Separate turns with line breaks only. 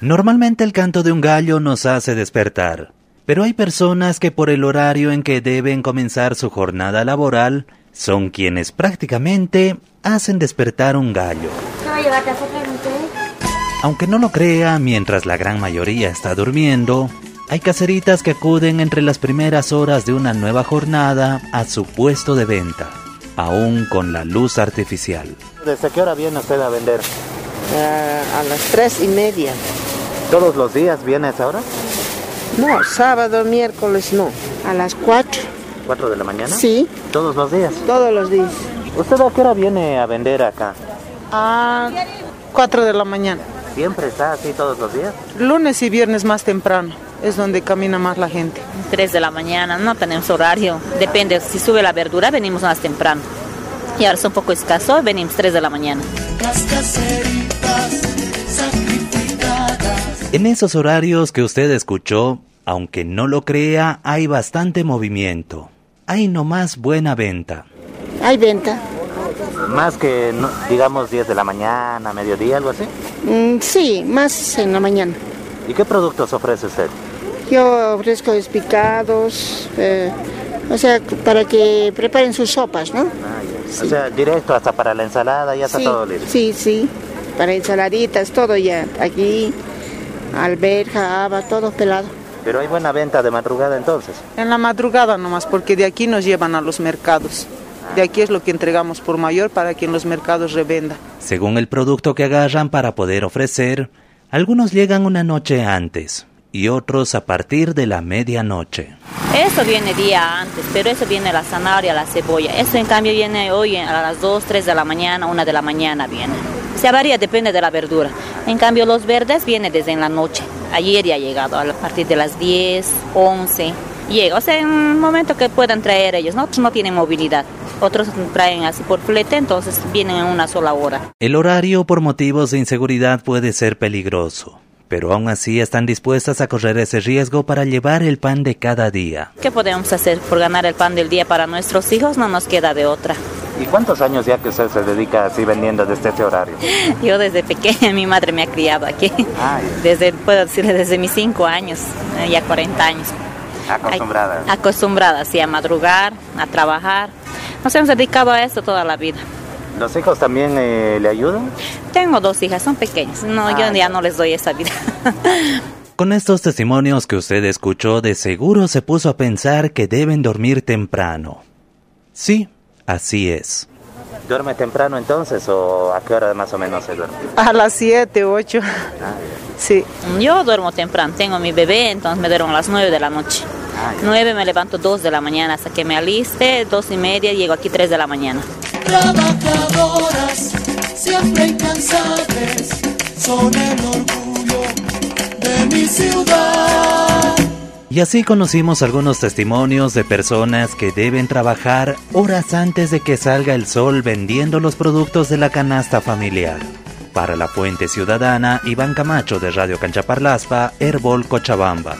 Normalmente el canto de un gallo nos hace despertar, pero hay personas que por el horario en que deben comenzar su jornada laboral son quienes prácticamente hacen despertar un gallo. Aunque no lo crea, mientras la gran mayoría está durmiendo, hay caseritas que acuden entre las primeras horas de una nueva jornada a su puesto de venta, aún con la luz artificial.
¿Desde qué hora viene usted a vender?
Ah, a las tres y media.
¿Todos los días viene a esa hora?
No, sábado, miércoles no. A las cuatro.
¿Cuatro de la mañana?
Sí,
¿Todos los días?
todos los días.
¿Usted a qué hora viene a vender acá?
a 4 de la mañana.
¿Siempre está así todos los días?
Lunes y viernes más temprano es donde camina más la gente.
3 de la mañana, no tenemos horario. Depende, si sube la verdura venimos más temprano. Y ahora es un poco escaso, venimos 3 de la mañana.
En esos horarios que usted escuchó, aunque no lo crea, hay bastante movimiento. Hay nomás buena venta.
¿Hay venta?
Más que, no- digamos, 10 de la mañana, mediodía, algo así.
Mm, sí, más en la mañana.
¿Y qué productos ofrece usted?
Yo ofrezco los picados, eh, o sea, para que preparen sus sopas, ¿no?
O sea, directo hasta para la ensalada, ya está
sí,
todo listo.
sí, sí, para ensaladitas, todo ya. Aquí, alberja, haba, todo pelado.
Pero hay buena venta de madrugada entonces.
En la madrugada nomás, porque de aquí nos llevan a los mercados. De aquí es lo que entregamos por mayor para que en los mercados revenda.
Según el producto que agarran para poder ofrecer, algunos llegan una noche antes y otros a partir de la medianoche.
Eso viene día antes, pero eso viene la zanahoria, la cebolla. Eso en cambio viene hoy a las 2, 3 de la mañana, 1 de la mañana viene. Se varía, depende de la verdura. En cambio los verdes viene desde en la noche. Ayer ya ha llegado, a la- a partir de las 10, 11. Llega, o sea, en un momento que puedan traer ellos. ¿no? Otros no tienen movilidad. Otros traen así por flete, entonces vienen en una sola hora.
El horario por motivos de inseguridad puede ser peligroso, pero aún así están dispuestas a correr ese riesgo para llevar el pan de cada día.
¿Qué podemos hacer por ganar el pan del día para nuestros hijos? No nos queda de otra.
¿Y cuántos años ya que usted se dedica así vendiendo desde este horario?
Yo desde pequeña mi madre me ha criado aquí.
Ay.
Desde, puedo decirle, desde mis 5 años, eh, ya 40 años.
Acostumbrada.
Ay, acostumbrada, sí, a madrugar, a trabajar. Nos hemos dedicado a esto toda la vida.
¿Los hijos también eh, le ayudan?
Tengo dos hijas, son pequeñas. No, yo ya no les doy esa vida.
Con estos testimonios que usted escuchó, de seguro se puso a pensar que deben dormir temprano. Sí, así es.
¿Duerme temprano entonces o a qué hora más o menos se duerme?
A las 7, 8.
Ah.
Sí,
yo duermo temprano, tengo mi bebé, entonces me duermo a las 9 de la noche. 9 me levanto 2 de la mañana hasta que me aliste, 2 y media, llego aquí 3 de la mañana.
trabajadoras, siempre incansables, son el orgullo de mi ciudad.
Y así conocimos algunos testimonios de personas que deben trabajar horas antes de que salga el sol vendiendo los productos de la canasta familiar. Para la Fuente Ciudadana, Iván Camacho de Radio Canchaparlaspa, Herbol Cochabamba.